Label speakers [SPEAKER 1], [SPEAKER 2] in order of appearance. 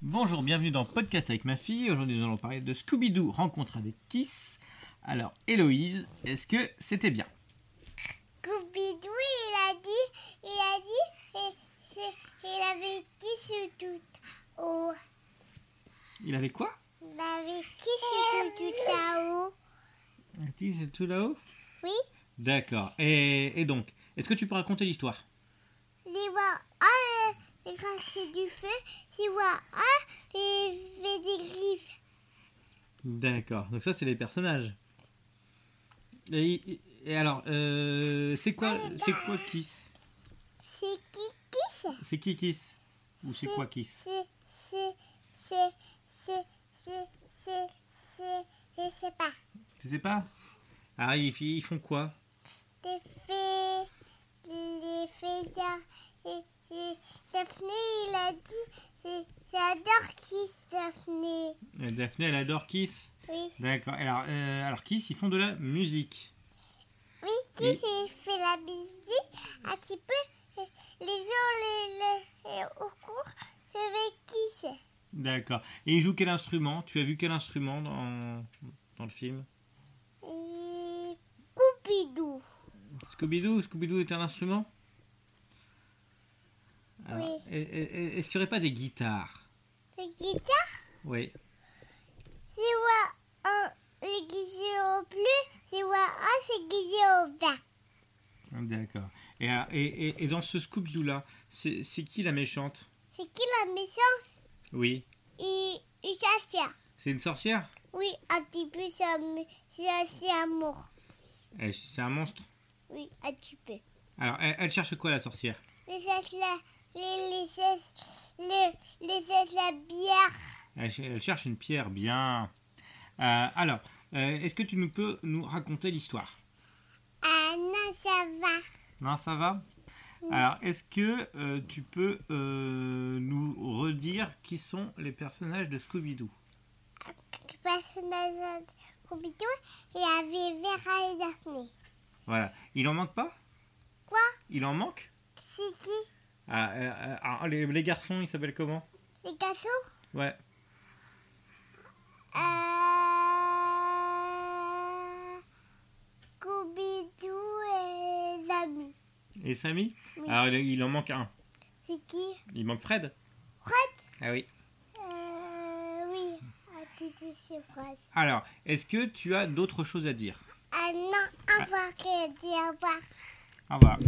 [SPEAKER 1] Bonjour, bienvenue dans Podcast avec ma fille. Aujourd'hui, nous allons parler de Scooby-Doo rencontre avec Kiss. Alors, Héloïse, est-ce que c'était bien
[SPEAKER 2] Scooby-Doo, il a dit, il a dit, et- et- il avait qui sur tout haut
[SPEAKER 1] Il avait quoi
[SPEAKER 2] Il avait qui sur tout haut
[SPEAKER 1] Un petit, c'est tout là-haut
[SPEAKER 2] Oui,
[SPEAKER 1] D'accord. Et, et donc, est-ce que tu peux raconter l'histoire
[SPEAKER 2] les voit un, les c'est du feu, les voit un, les fait des griffes.
[SPEAKER 1] D'accord. Donc, ça, c'est les personnages. Et, et alors, euh, c'est quoi, c'est quoi Kiss
[SPEAKER 2] C'est qui qui c'est
[SPEAKER 1] C'est qui Kiss Ou c'est quoi Kiss
[SPEAKER 2] C'est, c'est, c'est, c'est, c'est, c'est, c'est, je sais pas.
[SPEAKER 1] Tu sais pas Ah, ils, ils font quoi
[SPEAKER 2] les fées, les fées, ça- et, et Daphné, il a dit, et j'adore qui Daphné.
[SPEAKER 1] Euh, Daphné, elle adore Kiss.
[SPEAKER 2] Oui,
[SPEAKER 1] D'accord. Alors, euh, alors, Kiss, ils font de la musique.
[SPEAKER 2] oui, qui
[SPEAKER 1] Et-
[SPEAKER 2] s'est fait la musique un petit peu. et Les gens, les, les- et au cours, je vais qui c'est.
[SPEAKER 1] D'accord. Et il joue quel instrument Tu as vu quel instrument dans, dans le film
[SPEAKER 2] Et Coupidou.
[SPEAKER 1] Scooby-Doo Scooby-Doo est un instrument
[SPEAKER 2] Oui.
[SPEAKER 1] et- et- et- Est-ce qu'il n'y aurait pas des guitares
[SPEAKER 2] Le guitare,
[SPEAKER 1] Oui.
[SPEAKER 2] je vois un, le guichet au bleu, je vois un, c'est guichet au vert.
[SPEAKER 1] D'accord. Et, euh, et, et- et dans ce Scooby-Doo-là, c'est c'est qui la méchante
[SPEAKER 2] C'est qui la méchante?
[SPEAKER 1] Oui.
[SPEAKER 2] Et, et ça, c'est
[SPEAKER 1] C'est une sorcière
[SPEAKER 2] Oui, un petit peu, c'est am- c'est assez amour.
[SPEAKER 1] Elle- C'est un monstre.
[SPEAKER 2] Oui, un petit peu.
[SPEAKER 1] Alors, elle, elle cherche quoi, la sorcière
[SPEAKER 2] Les sèches, la, les, les sèches, les, les sèches, la bière.
[SPEAKER 1] elle, ch- elle cherche une pierre, bien. Euh, alors, euh, est-ce que tu nous peux nous raconter l'histoire
[SPEAKER 2] Ah non, ça va.
[SPEAKER 1] Non, ça va
[SPEAKER 2] Oui.
[SPEAKER 1] Alors, est-ce que euh, tu peux euh, nous redire qui sont les personnages de Scooby-Doo
[SPEAKER 2] Le personnage de Coupidou, il avait Vera et Daphné.
[SPEAKER 1] Voilà. Il en manque pas
[SPEAKER 2] Quoi
[SPEAKER 1] Il en manque
[SPEAKER 2] C'est qui
[SPEAKER 1] ah, euh, euh, ah, les, les garçons, ils s'appellent comment
[SPEAKER 2] Les garçons
[SPEAKER 1] Ouais.
[SPEAKER 2] Euh... Coupidou et Zami.
[SPEAKER 1] Et Samy
[SPEAKER 2] Oui.
[SPEAKER 1] Alors, il, il en manque un.
[SPEAKER 2] C'est qui
[SPEAKER 1] Il manque Fred
[SPEAKER 2] Fred
[SPEAKER 1] Ah oui.
[SPEAKER 2] Euh... Oui, un petit peu, c'est Fred.
[SPEAKER 1] Alors, est-ce que tu as d'autres choses à dire
[SPEAKER 2] Ah non, au revoir, Claudie, au revoir.
[SPEAKER 1] Au revoir.